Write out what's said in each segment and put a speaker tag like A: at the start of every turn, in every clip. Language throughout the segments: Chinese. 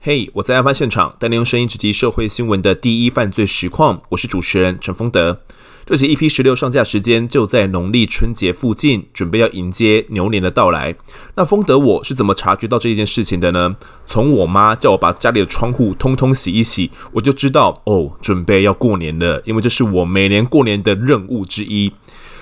A: 嘿、我在案发现场，带您用声音直击社会新闻的第一犯罪实况。我是主持人陈丰德。这集 EP 十六上架时间就在农历春节附近，准备要迎接牛年的到来。那丰德我是怎么察觉到这一件事情的呢？从我妈叫我把家里的窗户通通洗一洗，我就知道哦，准备要过年了，因为这是我每年过年的任务之一。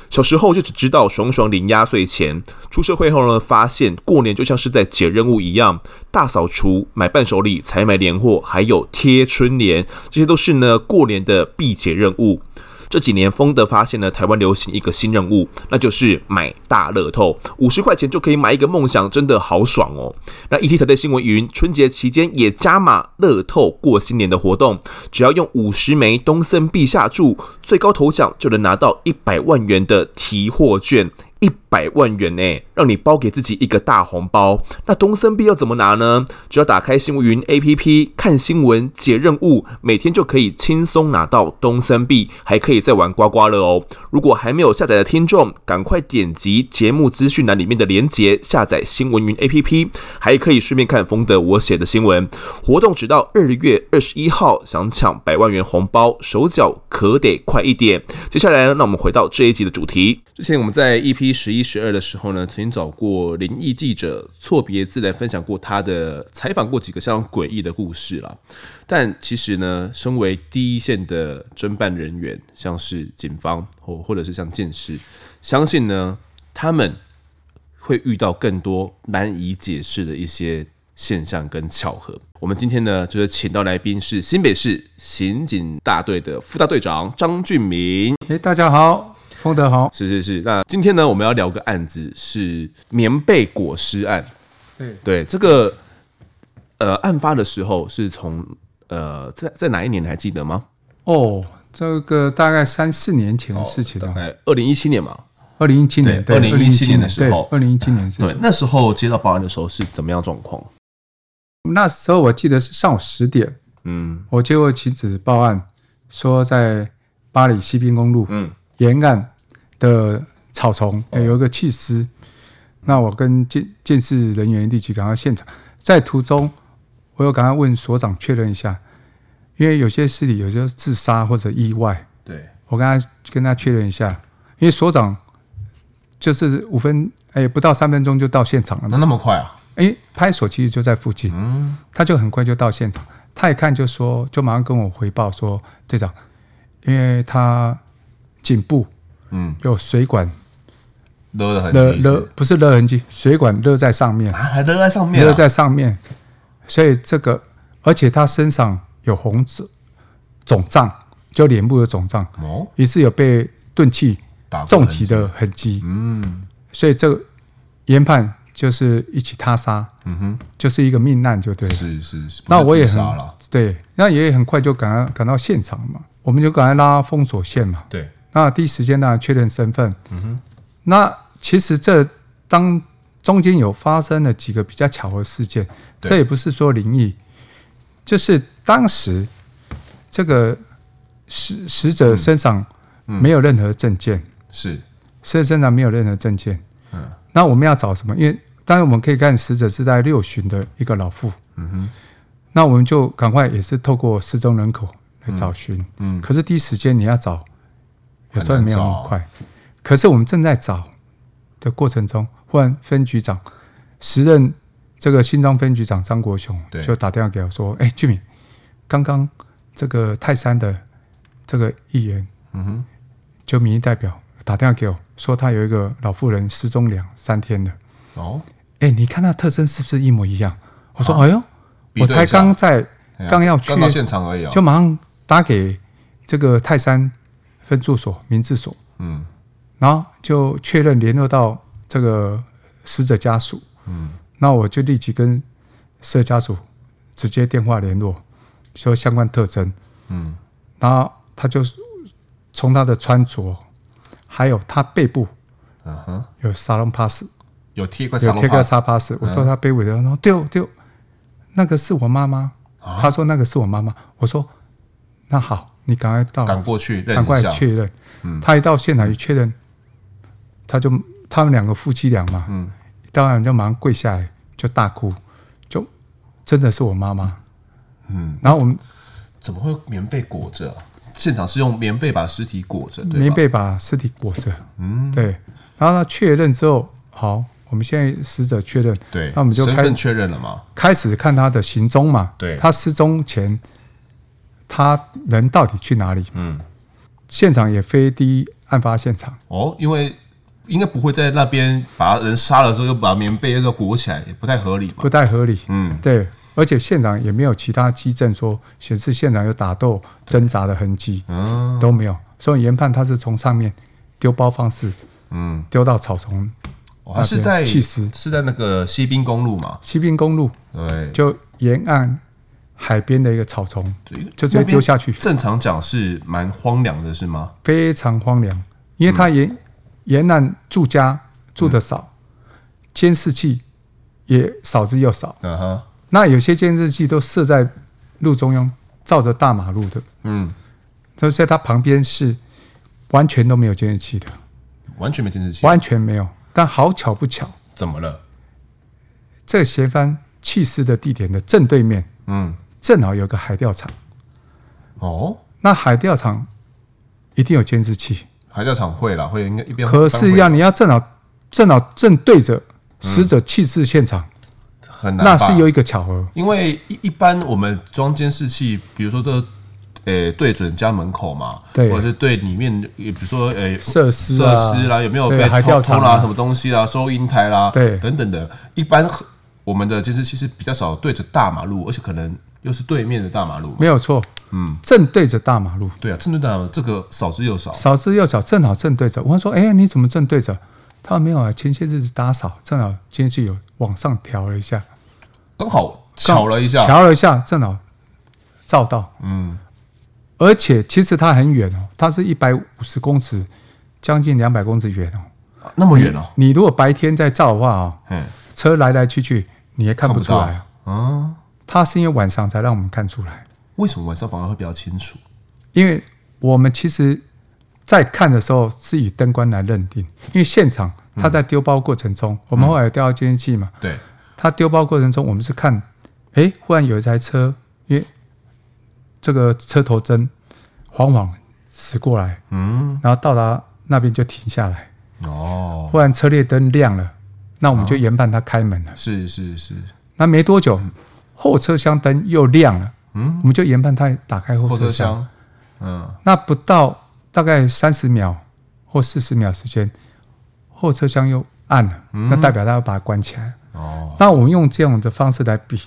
A: 小时候就只知道爽爽领压岁钱，出社会后呢，发现过年就像是在解任务一样，大扫除、买伴手礼、采买年货，还有贴春联，这些都是呢过年的必解任务。这几年，丰德发现呢，台湾流行一个新任务，那就是买大乐透，五十块钱就可以买一个梦想，真的好爽哦。那 ET 台的新闻云，春节期间也加码乐透过新年的活动，只要用五十枚东森币下注，最高头奖就能拿到一百万元的提货券。一百万元呢、让你包给自己一个大红包。那东森币要怎么拿呢？只要打开新闻云 APP 看新闻、解任务，每天就可以轻松拿到东森币，还可以再玩刮刮乐哦。如果还没有下载的听众，赶快点击节目资讯栏里面的连结下载新闻云 APP，还可以顺便看风德我写的新闻。活动直到二月二十一号，想抢百万元红包，手脚可得快一点。接下来呢，那我们回到这一集的主题。之前我们在 EP 十一、十二的时候呢，曾经找过灵异记者错别字来分享过他的采访过几个相当诡异的故事啦。但其实呢，身为第一线的侦办人员，像是警方或或者是像监视，相信呢，他们会遇到更多难以解释的一些现象跟巧合。我们今天呢，就是请到来宾是新北市刑警大队的副大队长张俊明。
B: 哎，大家好，风德好。
A: 是是是，那今天呢，我们要聊个案子是棉被裹尸案。
B: 对
A: 对，这个呃，案发的时候是从呃，在在哪一年你还记得吗？
B: 哦，这个大概三四年前的事情了，
A: 哎，二零一七年嘛。
B: 二零一七年，
A: 对
B: 对，
A: 2017年的时候
B: 二零一七年的事
A: 对
B: 情，。
A: 那时候接到报案的时候是怎么样状况？
B: 那时候我记得是上午十点，
A: 嗯
B: 我接获妻子报案，说在巴黎西滨公路
A: 嗯哦
B: 沿岸的草丛呃有一个弃尸。那我跟监监视人员立即赶到现场，在途中我有赶快问所长确认一下，因为有些尸体有些是自杀或者意外，
A: 对，
B: 我跟他跟他确认一下，因为所长就是五分哎不到三分钟就到现场了嘛，
A: 那么快啊？
B: 哎派出所其实就在附近，
A: 嗯
B: 他就很快就到现场，他一看就说就马上跟我回报说队长，因为他颈部
A: 嗯，
B: 有水管
A: 勒的很啊
B: 勒勒不是勒痕迹，水管勒在上面，啊
A: 还勒在上
B: 勒在上面，所以这个而且他身上有红肿肿胀，就脸部有肿胀，
A: 哦，
B: 于是有被钝器
A: 打过
B: 重
A: 很
B: 击的痕迹。
A: 嗯
B: 所以这个研判就是一起他杀，
A: 嗯哼，
B: 就是一个命案，就对了。
A: 是是是，
B: 那
A: 不是
B: 我也
A: 自
B: 很
A: 杀了，
B: 对，那也很快就赶到赶到现场嘛，我们就赶快拉封锁线嘛。
A: 对，
B: 那第一时间当然确认身份。嗯哼。那其实这当中间有发生了几个比较巧合事件，
A: 对
B: 这也不是说灵异，就是当时这个死死者
A: 嗯
B: 身上没有任何证件，
A: 是
B: 死者身上没有任何证件。
A: 嗯
B: 那我们要找什么？因为当然我们可以看死者是在六旬的一个老妇，
A: 嗯哼
B: 那我们就赶快也是透过失踪人口来找寻。
A: 嗯
B: 可是第一时间你要找，有时候也没有
A: 很难找
B: 很快。可是我们正在找的过程中，忽然分局长时任这个新庄分局长张国雄
A: 对
B: 就打电话给我说：“哎，俊敏，刚刚这个泰山的这个议员
A: 嗯哼，
B: 就民意代表打电话给我说，他有一个老妇人失踪两三天了。”
A: 哦，
B: 哎、你看他特征是不是一模一样？我说，哎呦，
A: 啊比对
B: 我
A: 一下
B: 才刚在
A: 哎呀
B: 刚要去
A: 刚到现场而已啊，
B: 就马上打给这个泰山分驻所、民治所，
A: 嗯
B: 然后就确认联络到这个死者家属。
A: 嗯，
B: 那我就立即跟死者家属直接电话联络，说相关特征。
A: 嗯
B: 然后他就从他的穿着，还有他背部
A: 嗯哼，
B: 有沙龙 pass，
A: 有贴一块
B: 有
A: 沙龙嗯
B: 贴个
A: 帕斯
B: 沙发石，我说他卑微的，然后对哦对哦，那个是我妈妈，
A: 啊
B: 他说那个是我妈妈，我说那好，你赶快到，
A: 赶过去认
B: 赶快
A: 一下，嗯
B: 确认，他一到现场一确认，他就他们两个夫妻俩嘛，
A: 嗯
B: 当然就马上跪下来就大哭，就真的是我妈妈，嗯，然后我们
A: 怎么会有棉被裹着啊、现场是用棉被把尸体裹着，对吧
B: 棉被把尸体裹着，
A: 嗯，
B: 对，然后呢确认之后，好，我们现在死者确认，
A: 对，
B: 那我们就
A: 身
B: 开
A: 份确认了嘛？
B: 开始看他的行踪嘛，
A: 对
B: 他失踪前，他人到底去哪里？
A: 嗯，
B: 现场也非第案发现场，
A: 哦，因为应该不会在那边把人杀了之后又把棉被又裹起来，也不太合理嘛。
B: 不太合理，
A: 嗯，
B: 对，而且现场也没有其他迹证说显示现场有打斗、挣扎的痕迹，
A: 嗯
B: 都没有，所以研判他是从上面丢包方式
A: 嗯，
B: 丢到草丛
A: 哦他是
B: 那边
A: 在
B: 弃尸
A: 是在那个西滨公路嘛？
B: 西滨公路，
A: 对，
B: 就沿岸海边的一个草丛，
A: 对
B: 就直接丢下去
A: 那边正常讲是蛮荒凉的，是吗？
B: 非常荒凉，因为他沿、沿岸住家住的少，监视器也少之又少。
A: 嗯哼，
B: 那有些监视器都设在路中央，照着大马路的，
A: 嗯，
B: 所以在它旁边是完全都没有监视器的，
A: 完全没监视器，
B: 完全没有。但好巧不巧，
A: 怎么了？
B: 这个嫌犯弃尸的地点的正对面，
A: 嗯，
B: 正好有个海钓场。
A: 哦，
B: 那海钓场一定有监视器，
A: 海钓场会啦，会应该一边
B: 可是要
A: 翻
B: 你要正好正好正对着死者弃尸现场，
A: 回很难吧，
B: 那是有一个巧合。
A: 因为一一般我们装监视器，比如说都，呃，对准家门口嘛，
B: 对
A: 或者是对里面，呃比如说，呃，
B: 设施
A: 设
B: 啊
A: 施啦，有没有
B: 对
A: 被
B: 海
A: 偷
B: 钓
A: 偷
B: 场
A: 啦，
B: 啊
A: 什么东西啦，收银台啦，
B: 对
A: 等等的。一般我们的监视器是比较少对着大马路，而且可能又是对面的大马路嘛。
B: 没有错，
A: 嗯，
B: 正对着大马路，
A: 对啊，正对大马路这个少之又少。
B: 少之又少，正好正对着。我问说：“哎、你怎么正对着？”他说没有啊，前些日子打扫，正好监视器有往上调了一下，
A: 刚好巧了一下，
B: 调了一下，正好照到。
A: 嗯，
B: 而且其实它很远哦，它是一百五十公尺，将近两百公尺远哦。
A: 啊那么远哦，
B: 你如果白天在照的话哦，
A: 嗯，
B: 车来来去去，你也看不出来
A: 看
B: 啊。
A: 不到啊，
B: 它是因为晚上才让我们看出来，
A: 为什么晚上反而会比较清楚？
B: 因为我们其实在看的时候是以灯光来认定，因为现场他
A: 嗯
B: 在丢包过程中，我们后来有调到监视器嘛，
A: 对，
B: 他丢包过程中我们是看，诶，忽然有一台车，因为这个车头灯缓缓驶过来，
A: 嗯，
B: 然后到达那边就停下来，
A: 哦，
B: 忽然车列灯亮了，那我们就研判他开门了。
A: 是是是，
B: 那没多久，后车厢灯又亮了，
A: 嗯，
B: 我们就研判他打开后
A: 后
B: 车
A: 车
B: 厢。
A: 厢，嗯。
B: 那不到大概三十秒或四十秒时间，后车厢又暗了，
A: 嗯
B: 那代表他要把它关起来。
A: 哦，
B: 那我们用这样的方式来比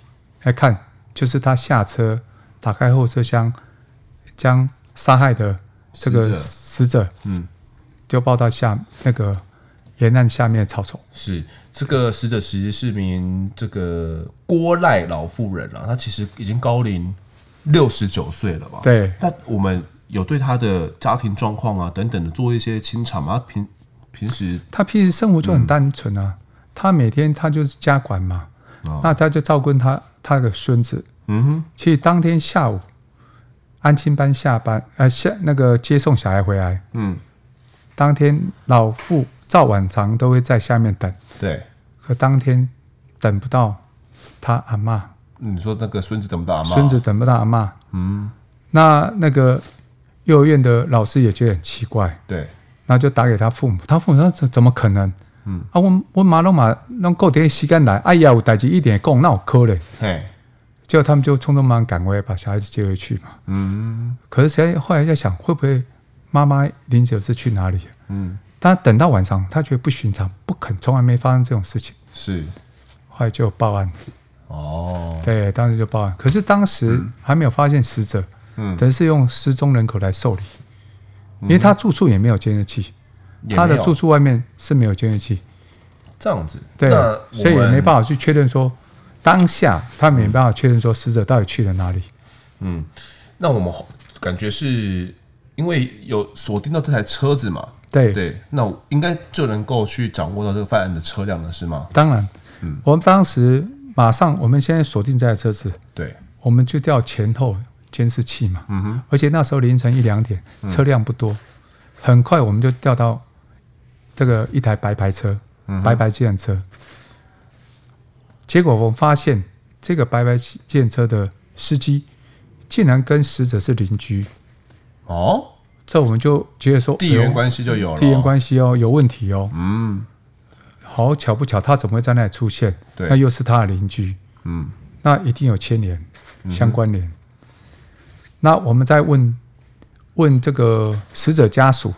B: 来看，就是他下车打开后车厢，将杀害的这
A: 死
B: 个
A: 者
B: 死者
A: 嗯，
B: 丢抱到下那个沿岸下面的草丛。
A: 是这个死者其实是名这个郭赖老妇人了、啊，她其实已经高龄六十九岁了吧？。
B: 对，
A: 但我们有对她的家庭状况啊等等的做一些清查吗？她平平时
B: 他平时生活就很单纯啊，他每天他就是家管嘛，
A: 嗯哦
B: 那他就照顾他他的孙子。
A: 嗯哼
B: 其实当天下午，安亲班下班，呃，下那个接送小孩回来，
A: 嗯
B: 当天老妇赵晚长都会在下面等，
A: 对，
B: 可当天等不到他阿嬷，
A: 你说那个孙子怎么打吗？
B: 孙子等不到阿嬷，
A: 嗯
B: 那那个幼儿园的老师也觉得很奇怪，
A: 对
B: 然后就打给他父母，他父母说怎怎么可能？
A: 嗯
B: 啊，我我妈拢嘛拢固定时间来，哎呀，有代志一点讲，那有可能。
A: 嘿
B: 结果他们就匆匆忙忙赶回来，把小孩子接回去嘛。
A: 嗯
B: 可是谁后来在想，会不会妈妈临走是去哪里？
A: 嗯
B: 但等到晚上，他觉得不寻常，不肯，从来没发生这种事情。
A: 是
B: 后来就报案，
A: 哦
B: 对，当时就报案。可是当时还没有发现死者，
A: 嗯
B: 等于是用失踪人口来受理，因为他住处也没有监视器，
A: 也
B: 他的
A: 没有
B: 住处外面是没有监视器，
A: 这样子，
B: 对
A: 那，我
B: 所以也
A: 们
B: 没办法去确认说当下他们也没办法确认说死者到底去了哪里。
A: 嗯，那我们后感觉是因为有锁定到这台车子嘛？
B: 对，
A: 对，那我应该就能够去掌握到这个犯案的车辆了，是吗？
B: 当然，
A: 嗯
B: 我们当时马上，我们现在锁定这台车子，
A: 对，
B: 我们就调前后监视器嘛。
A: 嗯哼，嗯
B: 而且那时候凌晨一两点，车辆不多，很快我们就调到这个一台白牌车，
A: 嗯
B: 白牌计程车。结果我们发现，这个白牌计程车的司机竟然跟死者是邻居，
A: 哦，
B: 这我们就觉得说
A: 地缘
B: 系、
A: 关系就有了，
B: 地缘关系哦有问题哦。
A: 嗯，
B: 好巧不巧，他怎么会在那里出现？
A: 对
B: 那又是他的邻居，
A: 嗯，
B: 那一定有牵连、相关联。那我们再问问这个死者家属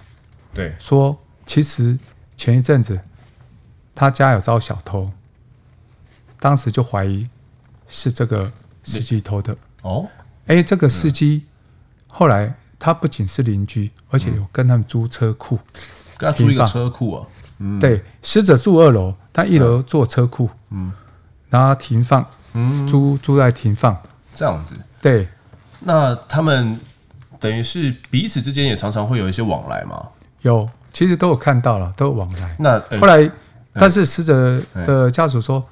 A: 对，
B: 说，其实前一阵子他家有遭小偷，当时就怀疑是这个司机偷的。
A: 哦，
B: 哎，这个司机
A: 嗯
B: 后来他不仅是邻居，而且有跟他们租车库。
A: 跟他租一
B: 停
A: 个
B: 放
A: 车库啊，
B: 对，死者住二楼，他一楼做车库，
A: 嗯，
B: 然后停放，
A: 嗯，
B: 租租在停放。
A: 这样子，
B: 对，
A: 那他们等于是彼此之间也常常会有一些往来嘛，
B: 有，其实都有看到了，都有往来。
A: 那呃
B: 后来，但是死者
A: 嗯
B: 的家属说，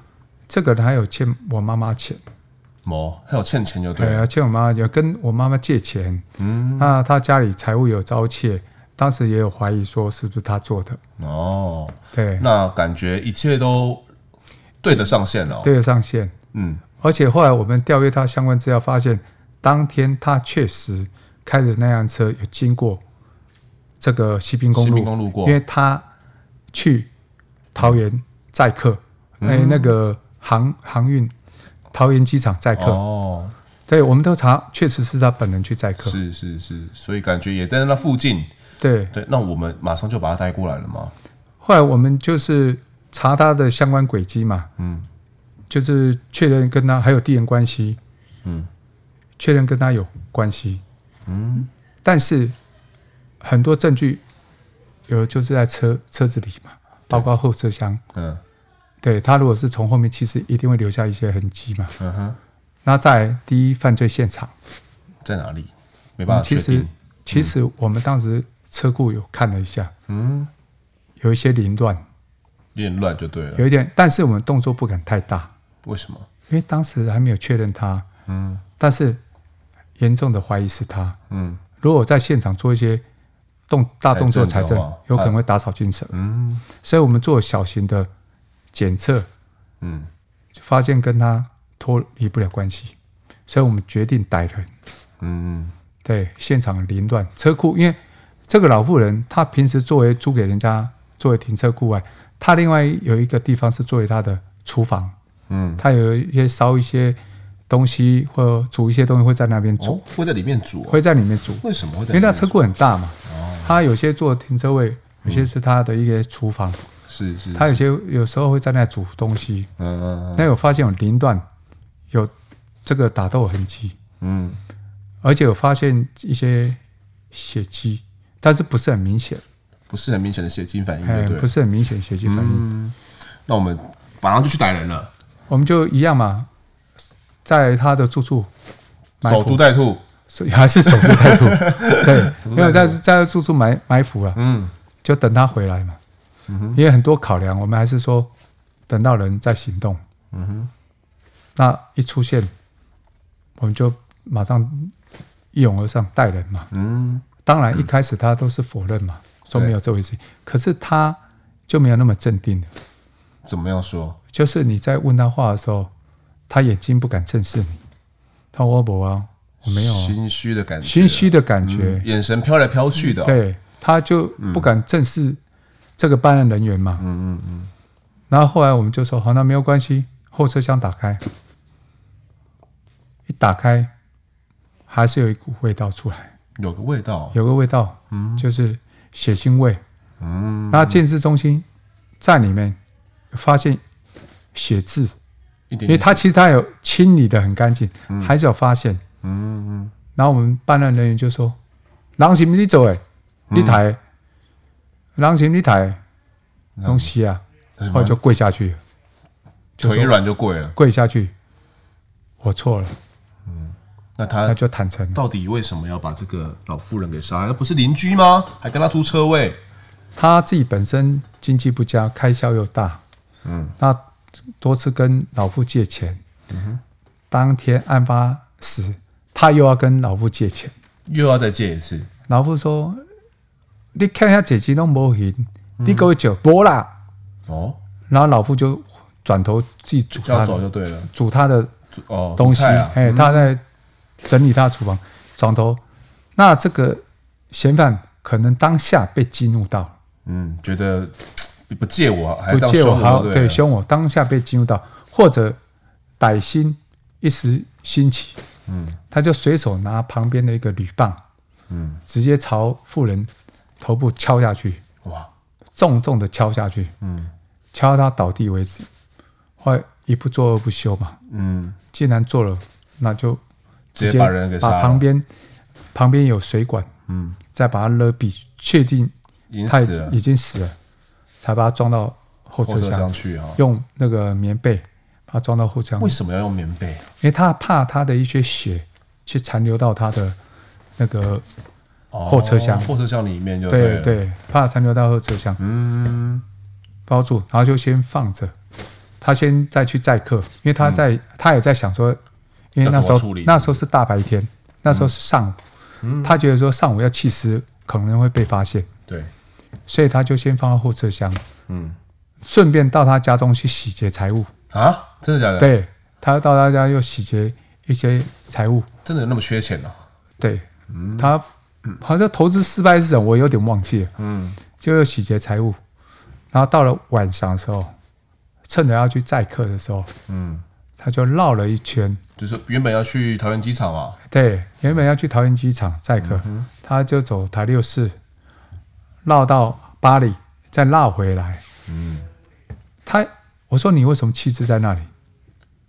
B: 这个人还有欠我妈妈钱，
A: 某哦还有欠钱就对了，
B: 对，欠我妈妈有跟我妈妈借钱。
A: 嗯，
B: 那他家里财务有遭窃，当时也有怀疑说是不是他做的。
A: 哦，
B: 对，
A: 那感觉一切都对得上线了哦、
B: 对得上线。
A: 嗯，
B: 而且后来我们调阅他相关资料，发现当天他确实开着那辆车有经过这个西滨公
A: 新
B: 路，
A: 民公路过
B: 因，为他去桃园载客，哎、
A: 嗯
B: 那个航航运桃园机场载客，
A: 哦，
B: 对，我们都查，确实是他本人去载 客，
A: 是是是，所以感觉也在那附近。
B: 对。
A: 对，那我们马上就把他带过来了吗？
B: 后来我们就是查他的相关轨迹嘛，
A: 嗯
B: 就是确认跟他还有地缘关系，
A: 嗯，
B: 确认跟他有关系，
A: 嗯，
B: 但是很多证据有就是在车车子里嘛，包括后车厢，
A: 嗯
B: 对他如果是从后面，其实一定会留下一些痕迹嘛。
A: 嗯哼，
B: 那在第一犯罪现场，嗯
A: 在哪里？没办法确
B: 其实
A: 定。嗯
B: 其实我们当时车库有看了一下，
A: 嗯，
B: 有一些凌乱，
A: 有点乱就对了。
B: 有一点，但是我们动作不敢太大，
A: 为什么？
B: 因为当时还没有确认他，
A: 嗯
B: 但是严重的怀疑是他。
A: 嗯
B: 如果在现场做一些动大动作
A: 财政
B: 财政
A: 的话，
B: 有可能会打草惊蛇，
A: 嗯
B: 所以我们做小型的检测，
A: 嗯，
B: 就发现跟他脱离不了关系，所以我们决定逮人。
A: 嗯
B: 对，现场凌乱车库，因为这个老妇人她平时作为租给人家作为停车库外，她另外有一个地方是作为她的厨房，
A: 嗯，
B: 她有一些烧一些东西或煮一些东西会在那边煮，
A: 哦，会在里面煮哦、
B: 会在里面煮，
A: 为什么会在里
B: 因为那
A: 面
B: 车
A: 煮？
B: 库很大嘛，
A: 哦
B: 她有些做停车位，有些是她的一个厨房，
A: 嗯是是，
B: 她有些有时候会在那煮东西，
A: 嗯嗯嗯
B: 那有发现有凌乱，有这个打斗痕迹，
A: 嗯，
B: 而且有发现一些血迹，但是不是很明显，
A: 不是很明显的血精反应，嗯
B: 哎
A: 对，嗯不
B: 不
A: 对？
B: 是很明显血迹反应。
A: 那我们马上就去逮人了，
B: 我们就一样嘛，在他的住处埋
A: 守株
B: 伏，
A: 待兔。
B: 所以还是守株 待兔，对，没有在在他住处埋埋伏了，
A: 嗯
B: 就等他回来嘛。因为很多考量，我们还是说等到人再行动。
A: 嗯哼，
B: 那一出现，我们就马上一拥而上带人嘛。
A: 嗯
B: 当然一开始他都是否认嘛，说没有这回事，可是他就没有那么镇定了。
A: 怎么样说？
B: 就是你在问他话的时候，他眼睛不敢正视你，他说我不啊，我没有啊、
A: 心虚的感觉，
B: 心虚的感觉
A: 嗯，，眼神飘来飘去的、，
B: 对，他就不敢正视这个办案人员嘛。
A: 嗯嗯嗯，
B: 然后后来我们就说好，那没有关系，后车厢打开，一打开还是有一股味道出来，
A: 有个味道，
B: 有个味道，
A: 嗯
B: 就是血腥味。
A: 嗯，
B: 那建设中心在里面发现血渍，
A: 一点点，
B: 因为它其实它有清理的很干净，还是有发现。
A: 嗯，嗯
B: 然后我们办案人员就说：“狼行你走哎，你抬，狼行你抬
A: 嗯，
B: 东西啊。”
A: 那什
B: 后
A: 么
B: 来就跪下去了，就
A: 腿
B: 说
A: 软就跪了。
B: 跪下去，我错了，
A: 那
B: 他
A: 他
B: 就坦诚了。
A: 到底为什么要把这个老妇人给杀害？他不是邻居吗？还跟他租车位？
B: 他自己本身经济不佳，开销又大，
A: 嗯，
B: 那多次跟老父借钱。当天案发时，他又要跟老父借钱。
A: 又要再借一次？
B: 老父说：“你看下姐姐都没还，
A: 嗯
B: 你给我酒没啦。
A: 哦，”
B: 然后老父就转头自己煮
A: 就要
B: 他
A: 走
B: 的
A: 就对了。
B: 煮他的
A: 煮哦，
B: 东
A: 煮
B: 西，
A: 菜啊，
B: 哎，他在整理他的厨房床头，那这个嫌犯可能当下被激怒到了，
A: 嗯，觉得嘖不借我，还
B: 不
A: 这样
B: 借我
A: 凶
B: 好，
A: 对啊
B: 对，
A: 了
B: 凶我，当下被激怒到，或者歹心一时兴起，
A: 嗯，
B: 他就随手拿旁边的一个铝棒，
A: 嗯，
B: 直接朝妇人头部敲下去，
A: 哇，
B: 重重的敲下去，
A: 嗯
B: 敲到他倒地为止。后来一不做二不休嘛，
A: 嗯，
B: 既然做了，那就
A: 直接把人给杀
B: 把
A: 了，
B: 旁边旁边有水管，
A: 嗯，
B: 再把他勒毙，确定
A: 已经
B: 他已
A: 死了，
B: 已经死了，才把他装到后
A: 后
B: 车
A: 车
B: 厢
A: 厢，去哈，
B: 用那个棉被把他装到后车厢，
A: 为
B: 因
A: 什么要用棉被？
B: 为他怕他的一些血去残留到他的那个，
A: 哦
B: 后车厢
A: 后车厢里面就
B: 对
A: 了，
B: 对，怕残留到后车厢，
A: 嗯
B: 包住，然后就先放着，他先再去载客，因为他在、他也在想说，因为那
A: 嗯要
B: 时
A: 怎么处
B: 候
A: 理
B: 那时候是大白天，那时候是上午，
A: 嗯，
B: 他觉得说上午要弃尸可能会被发现，
A: 对，
B: 所以他就先放到后车厢，
A: 嗯
B: 顺便到他家中去洗劫财物。
A: 啊，真的假的？，
B: 对他到他家又洗劫一些财物，
A: 真的有那么缺钱呢？哦
B: 对
A: 嗯
B: 他好像投资失败是什么，我有点忘记了，
A: 嗯
B: 就又洗劫财物。然后到了晚上的时候，趁着要去载客的时候，
A: 嗯，
B: 他就绕了一圈，
A: 就是原本要去桃园机场啊嘛，
B: 对，原本要去桃园机场载
A: 嗯
B: 客，他就走台六四，绕到巴黎，再绕回来。
A: 嗯
B: 他我说你为什么弃置在那里？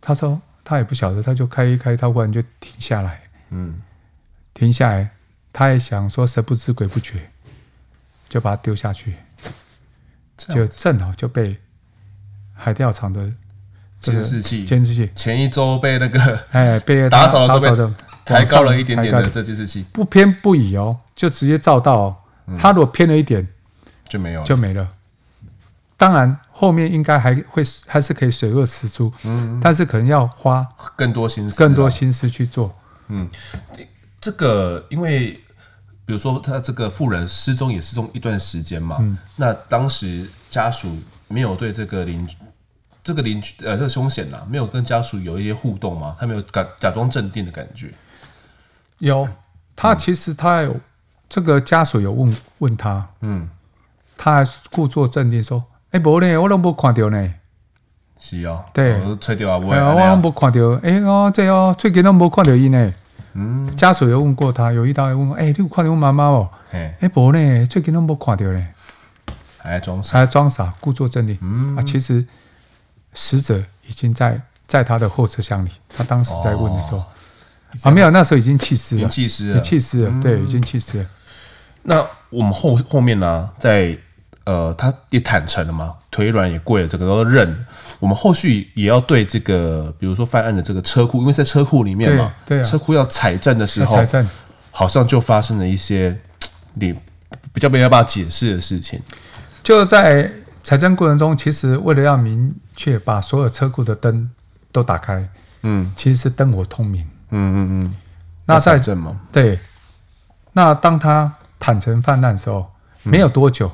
B: 他说他也不晓得，他就开一开，他忽然就停下来，
A: 嗯
B: 停下来，他也想说神不知鬼不觉，就把它丢下去，
A: 这
B: 就
A: 样
B: 正好就被海钓场的这个
A: 监视器
B: 监视器，
A: 前一周被那个
B: 哎，被
A: 打扫的时
B: 打
A: 候被
B: 扫的
A: 抬高了一点点
B: 往
A: 的
B: 上抬高
A: 这件事情
B: 不偏不倚哦，就直接照到哦。
A: 嗯
B: 他如果偏了一点，
A: 就没有了，
B: 就没了。当然，后面应该还会还是可以水落石出，
A: 嗯
B: 但是可能要花
A: 更多心思，
B: 更多。心思去做。
A: 这个因为比如说他这个妇人失踪也失踪一段时间嘛，
B: 嗯
A: 那当时家属没有对这个邻居。这个邻居呃，这个凶险呐、没有跟家属有一些互动吗？他没有假假装镇定的感觉，
B: 有他其实他有、这个家属有问问他，
A: 嗯，
B: 他还故作镇定说：“哎、无呢，我都没看到呢，
A: 是哦，
B: 对
A: 我都吹掉啊，不会
B: 哎、
A: 啊，那
B: 我都
A: 样
B: 没看到，哎、哦，这哦，最近都没看到伊呢。”
A: 嗯，
B: 家属有问过他，有一道问：“哎、你有看到我妈妈哦？”
A: 嘿，
B: 哎、无呢，最近都没看到呢。
A: 还在装傻，
B: 他装傻，故作镇定。
A: 嗯
B: 啊，其实死者已经在在他的后车厢里。他当时在问的时候，啊，没有，那时候已经气死
A: 哦已
B: 了
A: 经，气死
B: 已
A: 了嗯
B: 经。气死了，对，已经气死了。
A: 那我们后后面呢、在呃，他也坦诚了嘛，腿软也跪了，这个都认了。我们后续也要对这个，比如说犯案的这个车库，因为在车库里面嘛，
B: 对对啊
A: 车库要采证的时
B: 那
A: 候
B: 财，政，
A: 好像就发生了一些你比较没有办法解释的事情。
B: 就在财政过程中，其实为了要明确把所有车库的灯都打开，
A: 嗯
B: 其实是灯火通明。
A: 嗯嗯嗯，
B: 那
A: 要采
B: 在
A: 证嘛，
B: 对，那当他坦诚泛滥的时候，
A: 嗯
B: 没有多久，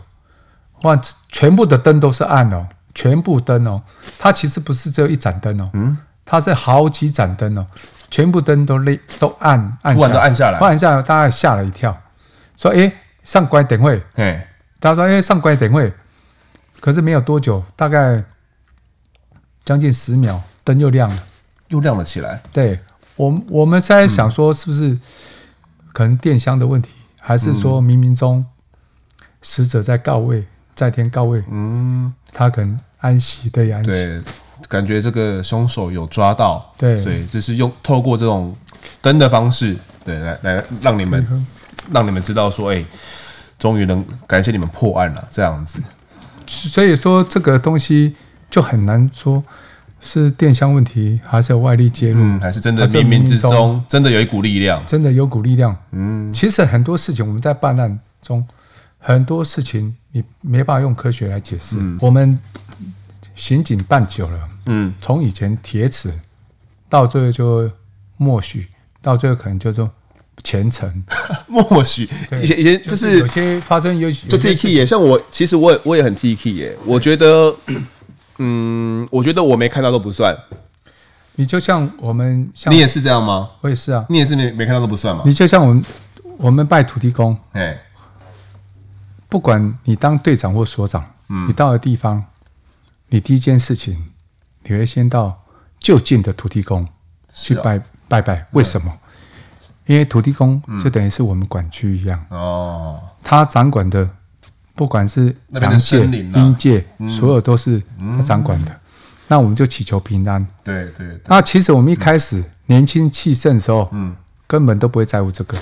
B: 哇，全部的灯都是暗哦，全部灯哦，它其实不是只有一盏灯哦，嗯，它是好几盏灯哦，全部灯都亮都暗暗
A: 突
B: 下
A: 然都
B: 来，
A: 按下来
B: 突，然下来，大家吓了一跳，说：“诶，上关点会。
A: 哎，”
B: 他说：“诶，上关点会。”可是没有多久，大概将近十秒，灯又亮了。
A: 又亮了起来。
B: 对我们我们现在想说，是不是可能电箱的问题，还是说冥冥中死者在告慰，在天告慰，
A: 嗯，
B: 他可能安息的安息。
A: 对，感觉这个凶手有抓到，
B: 对
A: 所以就是用透过这种灯的方式，对，来来让你们
B: 嗯
A: 让你们知道说，哎、终于能感谢你们破案了，这样子，
B: 所以说这个东西就很难说是电箱问题，还是有外力介入，
A: 嗯，还是真的
B: 还是
A: 冥
B: 有
A: 冥之
B: 冥冥
A: 中真的有一股力量，
B: 真的有股力量。
A: 嗯
B: 其实很多事情我们在办案中，很多事情你没办法用科学来解释。我们刑警办久了，
A: 嗯
B: 从以前铁齿，到最后就默许，到最后可能就是 虔诚，
A: 默许
B: 对
A: 以前以前就
B: 有
A: 是
B: 些发生有
A: 就
B: 就
A: T K 耶，像我其实我也我也很 T K 耶，我觉得，嗯，我觉得我没看到都不算，
B: 你就像我们，像
C: 你也是这样吗？
B: 我也是啊，
C: 你也是没没看到都不算吗？
B: 你就像我们，我们拜土地公，
C: 哎，
B: 不管你当队长或所长，
C: 嗯
B: 你到了地方，你第一件事情，你会先到就近的土地公去
C: 啊
B: 拜、拜拜。为什么？因为土地公
C: 嗯
B: 就等于是我们管区一样，
C: 哦，
B: 他掌管的，不管是
C: 那边的
B: 阳界、
C: 森林啊嗯
B: 阴界，所有都是他掌管的。那我们就祈求平安。
C: 对对，
B: 那其实我们一开始年轻气盛的时候，
C: 嗯
B: 根本都不会在乎这个。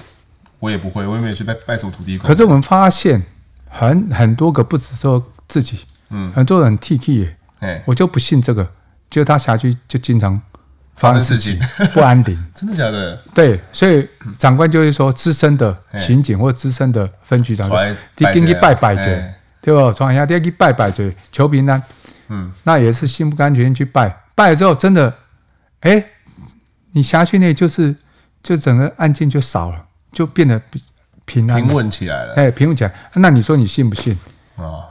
C: 我也不会，我也没有去拜拜什么土地公。
B: 可是我们发现很很多个不止说自己，
C: 嗯
B: 很多人 T T 耶，
C: 哎，
B: 我就不信这个，就他辖区就经常发生事情
C: 发
B: 不安定。
C: 真的假的？
B: 对，所以长官就会说，资深的刑警或资深的分局长
C: 出来，
B: 你
C: 拜一下
B: 跟去拜拜去
C: 哎，
B: 对吧？传一下，你去拜拜去，求平安。
C: 嗯，
B: 那也是心不甘情愿去拜，拜了之后真的，哎，你辖区内就是就整个案件就少了，就变得比平安了
C: 平稳起来了
B: 哎，平稳起来。那你说你信不信？
C: 啊，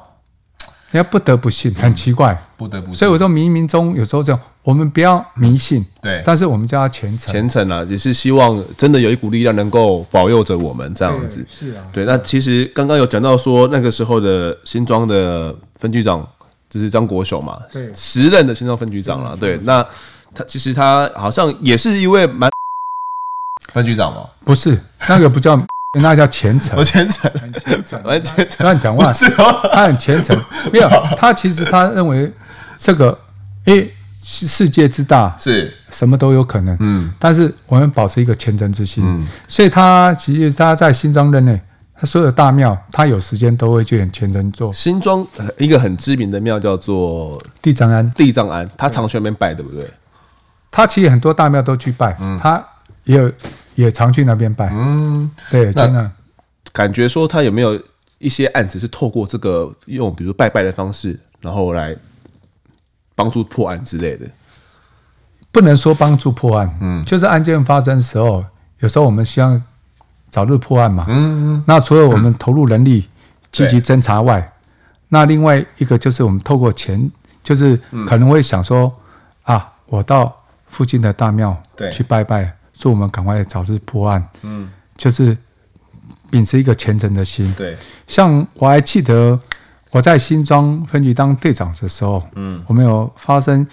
B: 人家不得不信，很奇怪。
A: 嗯
C: 不得不
B: 所以我说，冥冥中有时候这样，我们不要迷信，
C: 对
B: 但是我们叫它虔
A: 哎
B: 诚。
A: 虔诚啊，也是希望真的有一股力量能够保佑着我们这样子。
B: 是啊，
A: 对，那其实刚刚有讲到说，那个时候的新庄的分局长就是张国雄嘛，
B: 对
A: 时任的新庄分局长啦。对，那他其实他好像也是一位蛮
C: 分局长嘛，
B: 不是那个不叫， 那叫虔
A: 呃
B: 诚
C: 我。虔诚，
B: 很 虔诚，
A: 蛮虔诚，
B: 乱讲话，
C: 是哦吗？
B: 他很虔诚。没有，他其实他认为这个，因为世世界之大，
C: 是，
B: 什么都有可能。
C: 嗯，
B: 但是我们保持一个虔诚之心。
C: 嗯
B: 所以他其实他在新庄任内，他所有大庙，他有时间都会去很虔诚做
A: 新庄呃一个很知名的庙叫做
B: 地藏庵。
A: 地藏庵，他常去那边拜，对不对？
B: 他其实很多大庙都去拜，他也有也常去那边拜。
C: 嗯，
B: 对，
A: 那
B: 真的
A: 感觉说他有没有一些案子是透过这个用，比如拜拜的方式，然后来帮助破案之类的？
B: 不能说帮助破案，嗯，就是案件发生的时候，有时候我们希望早日破案嘛。
C: 嗯，
B: 那除了我们投入人力积极侦查外，那另外一个就是我们透过钱，就是
C: 嗯
B: 可能会想说、啊，我到附近的大庙
C: 对
B: 去拜拜，祝我们赶快早日破案。嗯，就是秉持一个虔诚的心。
C: 对，
B: 像我还记得我在新庄分局当队长的时候，嗯，我们有发生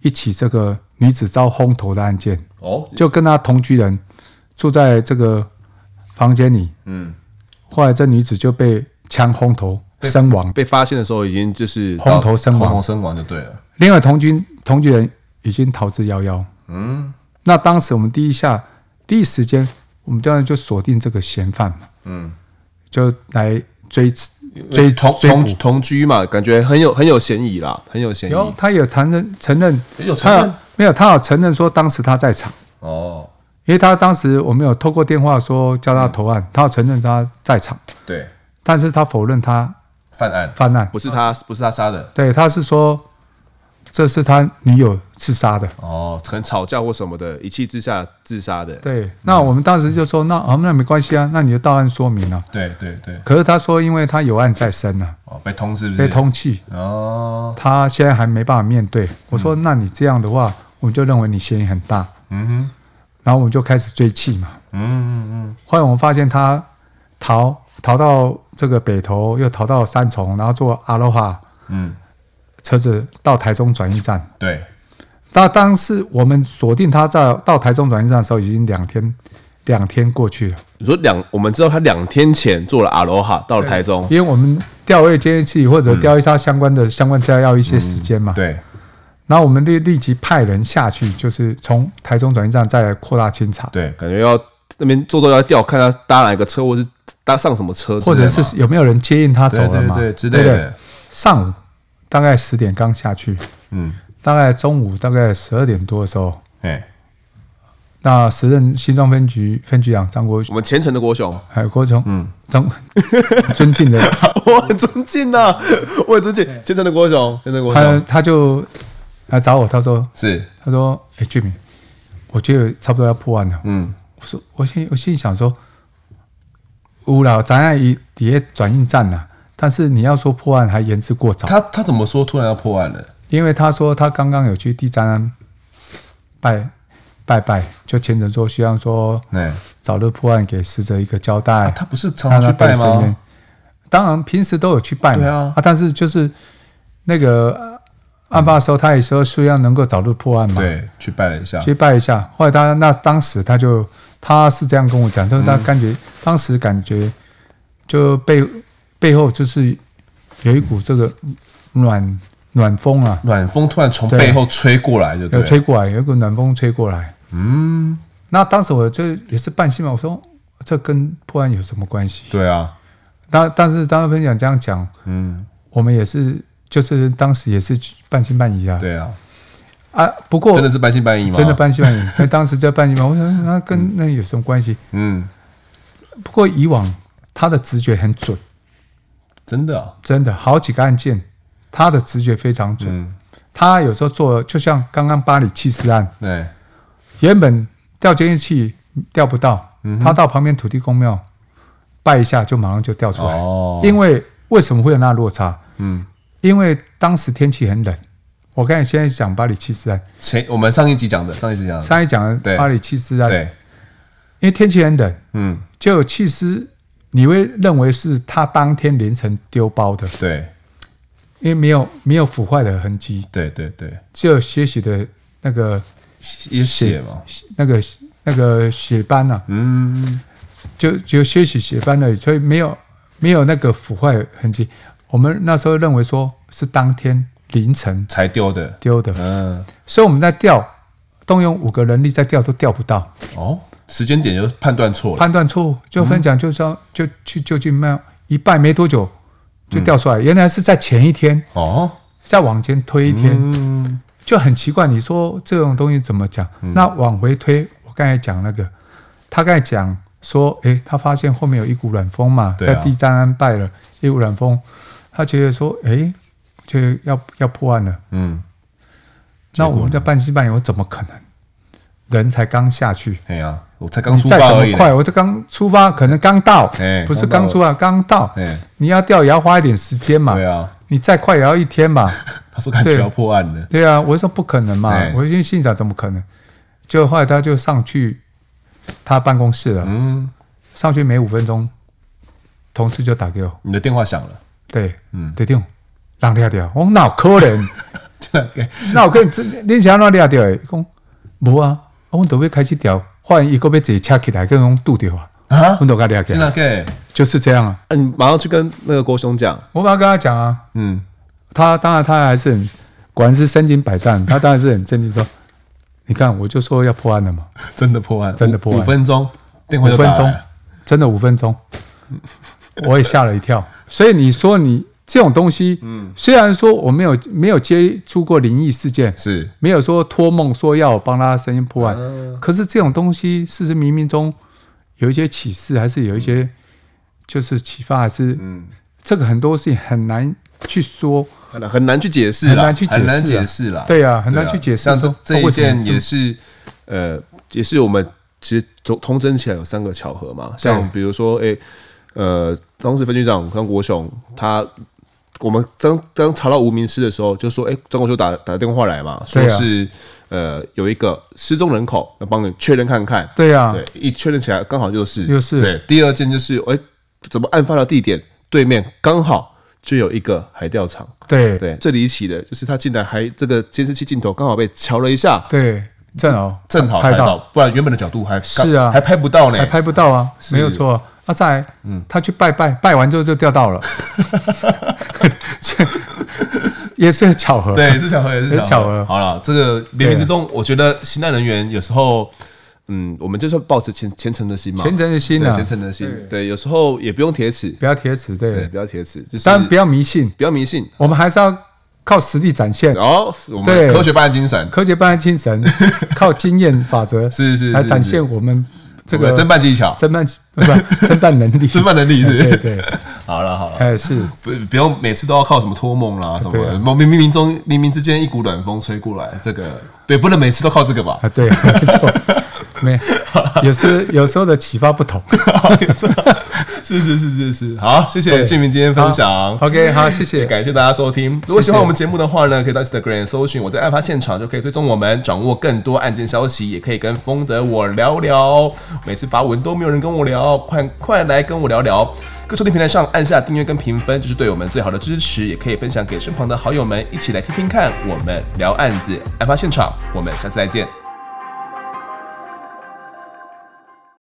B: 一起这个女子遭轰头的案件，
C: 哦，
B: 就跟她同居人住在这个房间里，
C: 嗯，
B: 后来这女子就被枪轰头身亡，
A: 被发现的时候已经就是
B: 轰头身
C: 通
B: 亡
C: 红。身亡就对了，
B: 另外同居同居人已经逃之夭夭。
C: 嗯，
B: 那当时我们第一下第一时间，我们当然就锁定这个嫌犯嘛，
C: 嗯，
B: 就来追追
C: 同
B: 追捕
A: 同同居嘛，感觉很有很有嫌疑啦，很有嫌疑。
B: 有，他有承认承认，
C: 嗯有承认
B: 他有没有？他有承认说当时他在场，
C: 哦，
B: 因为他当时我们有透过电话说叫他投案，
C: 嗯
B: 他有承认他在场，
C: 对，
B: 但是他否认他
C: 犯案
B: 犯案，
A: 不是他，不是他杀的，
B: 对，他是说这是他女友自杀的。
C: 哦，
A: 可能吵架或什么的，一气之下自杀的。
B: 对，
C: 嗯
B: 那我们当时就说，那啊，那没关系啊，那你就到案说明了、
C: 对对对，
B: 可是他说，因为他有案在身啊，
C: 哦，被通是不是？
B: 被通缉，
C: 哦，
B: 他现在还没办法面对。我说，那你这样的话，我们就认为你嫌疑很大，
C: 嗯
B: 然后我们就开始追缉嘛。
C: 哼，嗯嗯
B: 后来我们发现他逃逃到这个北投，又逃到三重，然后坐阿罗哈
C: 嗯嗯，
B: 车子到台中转运站。
C: 对，
B: 那当时我们锁定他在到台中转运站的时候，已经两天两天过去了，
A: 你说两，我们知道他两天前做了阿罗哈到了台中，
B: 因为我们调阅监视器或者调阅他相关的、相关资料要一些时间嘛。。
C: 对，
B: 然后我们立立即派人下去，就是从台中转运站再来扩大清查，
C: 对，
A: 感觉要那边做做要调，看他搭哪一个车，或是搭上什么车之
B: 或
A: 类的
B: 者
A: 嘛，
B: 是有没有人接应他走
C: 对
B: 了
C: 对
B: 嘛？
C: 对，之
B: 对
C: 类
B: 不对
C: 的，
B: 上午大概十点刚下去，
C: 嗯，
B: 大概中午大概十二点多的时候，
C: 哎，
B: 那时任新庄分局分局长张国
A: 我们虔诚的国 雄，
B: 还有郭琼，
C: 嗯
B: 张尊敬的
A: 我很尊敬呐、我很尊敬虔诚的国雄，虔诚的国
B: 他
A: 雄，
B: 他就来找我，他说
C: 是，
B: 他说哎俊明，我觉得差不多要破案了。
C: 嗯，
B: 我说我心我心里想说，有啦，咱爱一底下转运站啦，但是你要说破案还言之过早，
C: 他他怎么说突然要破案了？
B: 因为他说他刚刚有去地藏庵拜拜拜，就虔诚说希望说
A: 哎、
B: 早日破案，给死者一个交代。
A: 啊他不是常常去
B: 让他
A: 拜
B: 本身也
A: 吗？？
B: 当然，平时都有去拜嘛。
A: 对啊
B: 但是就是那个呃案发的时候，他也说希望能够早日破案嘛，
A: 对，啊去拜了一下。
B: 去拜一下。后来他那当时他就他是这样跟我讲，就是他感觉、当时感觉就背背后就是有一股这个暖暖风啊，
A: 暖风突然从背后吹过来，就对
B: 有
A: 了。
B: 吹过来，有一股暖风吹过来。
A: 嗯，
B: 那当时我就也是半信嘛，我说哦这跟破案有什么关系？
A: 对啊，
B: 但但是当时分享这样讲，
A: 嗯，
B: 我们也是，就是当时也是半信半疑啊。
A: 对啊，
B: 啊，不过
A: 真的是半信半疑吗？
B: 真的，半信半疑， 因为当时在半信半疑，我想那跟那有什么关系？
A: 嗯，
B: 不过以往他的直觉很准，
A: 真的啊，
B: 真的好几个案件，他的直觉非常准。
A: 嗯，
B: 他有时候做，就像刚刚巴黎弃尸案，
A: 对，
B: 原本调监狱器调不到，
A: 嗯
B: 他到旁边土地公庙拜一下，就马上就调出来。
A: 哦，
B: 因为为什么会有那落差？
A: 嗯，
B: 因为当时天气很冷。我刚才现在讲巴黎弃尸案，
A: 前我们上一集讲的，上一集讲的， 네.
B: 上一讲
A: 对
B: 的巴黎弃尸啊，因
A: 对，
B: 为天气很冷，
A: 嗯，
B: 就有弃尸，你会认为是他当天凌晨丢包的，
A: 对，
B: 因为没有没有腐坏的痕迹，
A: 对对对，
B: 只有些许的那个
A: 也血嘛，
B: 那个那个血斑啊，
A: 嗯，
B: 就只有些许血斑而已，所以没有没有那个腐坏痕迹。我们那时候认为说是当天凌晨
A: 才丢的，
B: 丢的，
A: 嗯，
B: 所以我们在调，动用五个人力在调都调不到，
A: 哦，时间点就判断错了，嗯
B: 判断错误，就分享就是要就去就近庙一拜没多久就掉
A: 嗯
B: 出来，原来是在前一天，
A: 哦，
B: 再往前推一天，
A: 嗯，
B: 就很奇怪。你说这种东西怎么讲？那往回推，我刚才讲那个，他刚才讲说，诶，他发现后面有一股软风嘛，
A: 对啊
B: 在第三安拜了一股软风，他觉得说，诶，就要要破案了。
A: 嗯，
B: 那
A: 结果
B: 我们在
A: 呢
B: 半信半疑，我怎么可能？人才刚下去，
A: 哎呀，我才刚出
B: 再
A: 发
B: 怎
A: 而已呢，
B: 么快，我这刚出发，可能刚到，
A: 哎
B: 不是
A: 刚到
B: 刚出发，刚到，
A: 哎，
B: 你要钓也要花一点时间嘛
A: 对，啊，
B: 你再快也要一天 嘛。
A: 他说感觉
B: 对
A: 要破案了，
B: 对啊，我就说不可能嘛
A: 哎，
B: 我已经心想怎么可能？就后来他就上去他办公室了，
A: 嗯，
B: 上去没五分钟，同事就打给我，
A: 你的电话响了，
B: 对，
A: 嗯
B: 对定，让掉掉，我说哪有可能？
A: 这样给，
B: 那我跟你你想让掉掉的？讲无啊，我们都要开始调，换一个要坐车起来，跟人堵掉啊，
A: 啊
B: 我，们都给掉
A: 这
B: 掉，
A: 样给，
B: 就是这样啊。
A: 啊，你马上去跟那个郭兄讲，
B: 我马上跟他讲啊，
A: 嗯，
B: 他当然他还是很，果然是身经百战，他当然是很镇定说，你看我就说要破案了嘛。
A: 真的破案，
B: 真的破案
A: 五五分钟，电话
B: 五
A: 就打
B: 分
A: 来
B: 钟
A: 了，
B: 真的五分钟，我也吓了一跳。所以你说你这种东西，嗯，虽然说我没有没有接触过灵异事件，
A: 是
B: 没有说托梦说要我帮他声音破案，
A: 嗯
B: 可是这种东西事实冥冥中有一些启示，还是有一些就是启发，还是
A: 嗯，
B: 这个很多事情很难去说。
A: 很难很难去解释啦，
B: 很难去解释啊
A: 很难解释啦，
B: 对啊，很
A: 对啊
B: 难去解释
A: 像
B: 说哦
A: 这这一
B: 为什么
A: 件
B: 这么
A: 也是，呃，也是我们其实通通真起来有三个巧合嘛，像比如说，哎、呃，当时分局长张国雄他。我们刚刚查到无名尸的时候，就说：“哎、张国雄打打电话来嘛，说
B: 对啊
A: 是、呃有一个失踪人口，要帮你确认看看。
B: 对啊，
A: 对，一确认起来刚好就是
B: 就是
A: 对。第二件就是，哎、怎么案发的地点对面刚好就有一个海钓场，
B: 对
A: 对，最离奇的就是他竟然还这个监视器镜头刚好被瞧了一下，
B: 对，哦正好
A: 正好
B: 拍
A: 拍到，不然原本的角度还
B: 是啊
A: 还拍不到呢
B: 还。拍不到啊，没有错啊。啊，再来，
A: 嗯
B: 他去拜拜，拜完之后就钓到了，这 也是个巧合。
A: 嗯对，是巧合，也是
B: 也是巧合
A: 好了，这个冥冥之中，我觉得新案人员有时候，嗯，我们就是保持虔虔诚的心嘛，
B: 虔诚的心
A: 对
B: 啊
A: 虔诚的心，对，有时候也不用铁齿，
B: 不要铁齿，
A: 对，
B: 对，
A: 不要铁齿，就是
B: 当然不要迷信，
A: 不要迷信。
B: 我们还是要靠实力展现，
A: 哦，是我们
B: 对
A: 科学办案精神，
B: 科学办案 精神，靠经验法则
A: 是是是
B: 来展现我们
A: 这
B: 这
A: 个
B: 个
A: 侦办技巧、
B: 侦办不是侦办能 力。
A: 侦办能力是不
B: 对
A: 是。
B: 对，
A: 好了好了，
B: 哎是，
A: 不不用每次都要靠什么托梦啦什么
B: 对
A: 的，
B: 啊
A: 冥冥冥中冥冥之间一股 暖风吹过来，这个对，不能每次都靠这个吧
B: 啊？对，没错，没也是有时候的启发不同。
A: 是是是是是，好，谢谢
B: 对
A: 俊明今天分享。
B: OK，好，谢谢
A: 也。感谢大家收听。如果喜欢我们节目的话呢，可以到 Instagram 搜寻我在案发现场，就可以追踪我们，掌握更多案件消息，也可以跟风德我聊聊。每次发文都没有人跟我聊，快快来跟我聊聊。各收听平台上按下订阅跟评分，就是对我们最好的支持，也可以分享给身旁的好友们，一起来听听看我们聊案子、案发现场。我们下次再见，